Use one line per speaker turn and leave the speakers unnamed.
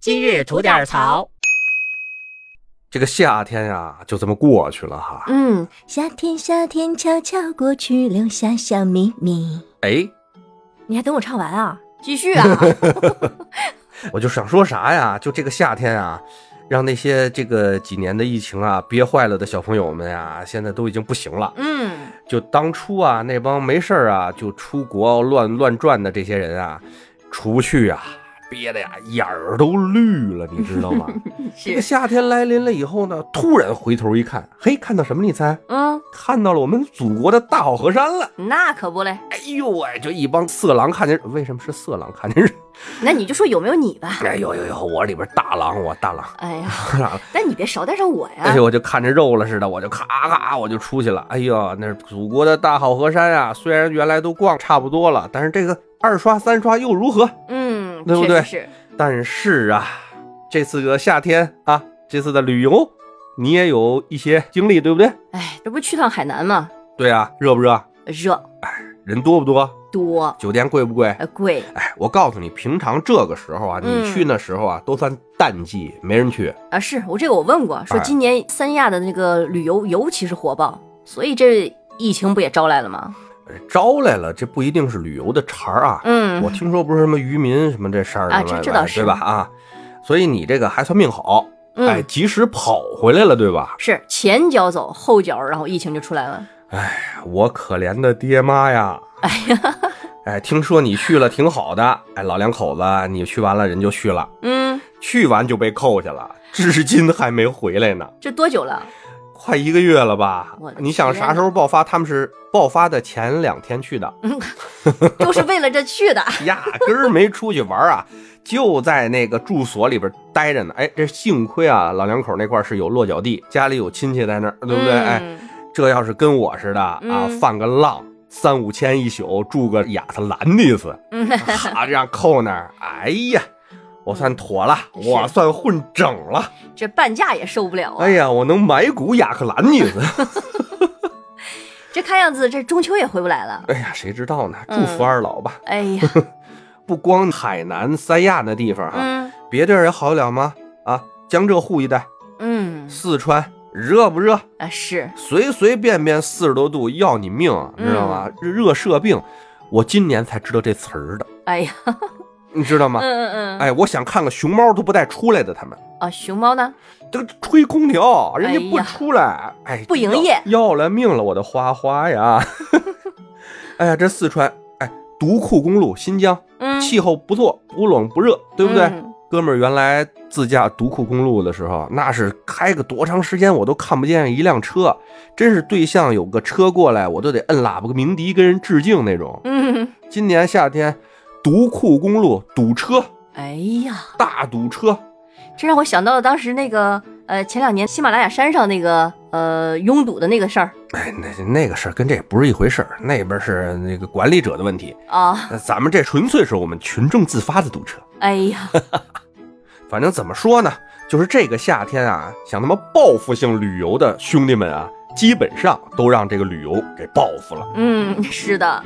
今日吐点槽。
这个夏天呀、就这么过去了哈。
嗯，夏天夏天悄悄过去，留下小秘密。
哎，
你还等我唱完啊？
继 续啊，
我就想说啥呀？就这个夏天啊，让那些这个几年的疫情啊憋坏了的小朋友们呀、现在都已经不行了。
嗯，
就当初啊，那帮没事儿啊就出国乱乱转的这些人啊，出不去啊，憋的呀眼儿都绿了，你知道吗？这个
是，
夏天来临了以后呢，突然回头一看，嘿，看到什么？你猜？
嗯，
看到了我们祖国的大好河山了。
那可不嘞，
哎呦喂，就一帮色狼看见，为什么是色狼看见人？
那你就说有没有你吧。
哎呦呦呦，我里边大狼，我大狼，
哎呀，
大狼。
但你别捎带上我呀
哎。呦，我就看着肉了似的，我就咔咔我就出去了。哎呦，那祖国的大好河山啊，虽然原来都逛差不多了，但是这个二刷三刷又如何？
嗯，
对不对
确实是，
但是啊，这次的夏天啊，这次的旅游，你也有一些经历，对不对？
哎，这不去趟海南吗？
对啊，热不热？
热
人多不多？
多，
酒店贵不贵？
呃，贵，
哎，我告诉你，平常这个时候啊，
嗯
你去那时候啊，都算淡季，没人去。
啊，是我这个我问过，说
哎
今年三亚的那个旅游尤其是火爆，所以这疫情不也招来了吗？
呃招来了，这不一定是旅游的茬儿啊。
嗯
我听说不是什么渔民什么这事儿
啊
什么
这这倒
的
是
对吧？啊，所以你这个还算命好，哎，
嗯，
及时跑回来了，对吧？
是前脚走后脚，然后疫情就出来了。
哎我可怜的爹妈呀！哎呀，哎，听说你去了挺好的，哎，老两口子你去完了人就去了，
嗯，
去完就被扣下了，至今还没回来呢。
这多久了？
快一个月了吧
我？的
你想
天
啥时候爆发？他们是爆发的前两天去的，
就是为了这去的。
压根儿没出去玩啊，就在那个住所里边待着呢。哎，这幸亏啊，老两口那块儿是有落脚地，家里有亲戚在那儿，对不对？哎，
嗯
这要是跟我似的啊
嗯，
犯个浪。三五千一宿住个亚特兰蒂斯，
嗯，
哈，这样扣那儿，哎呀，我算妥了，
嗯是
我算混整了，
这半价也受不了啊！
哎，呀，我能买股亚特兰蒂斯，
这看样子这中秋也回不来了。
哎呀，谁知道呢？祝
嗯
福二老吧。
哎 呀，
不光海南、三亚那地方哈、
嗯
别地儿也好得了吗？啊，江浙沪一带，
嗯
四川热不热？
啊是，
随随便便四十多度要你命，
嗯
知道吗？热热射病，我今年才知道这词儿的，
哎呀，
你知道吗？
嗯嗯嗯，
哎，我想看看熊猫都不带出来的，他们
啊熊猫呢？
这个吹空调，人家
哎呀
不出来，哎，
不营业
要，要了命了，我的花花 呀！ 哎呀，这四川，哎，独库公路，新疆，
嗯，
气候不错，不冷不热，对不对？
嗯
哥们儿原来自驾独库公路的时候，那是开个多长时间我都看不见一辆车，真是对象有个车过来，我都得摁喇叭个鸣笛跟人致敬那种。
嗯，
今年夏天，独库公路堵车，
哎呀，
大堵车，
这让我想到了当时那个呃，前两年喜马拉雅山上那个呃拥堵的那个事儿
哎，那那个事儿跟这不是一回事儿，那边是那个管理者的问题，
啊，
那咱们这纯粹是我们群众自发的堵车。
哎呀，
反正怎么说呢，就是这个夏天啊，想他妈报复性旅游的兄弟们啊，基本上都让这个旅游给报复了。
嗯，是的，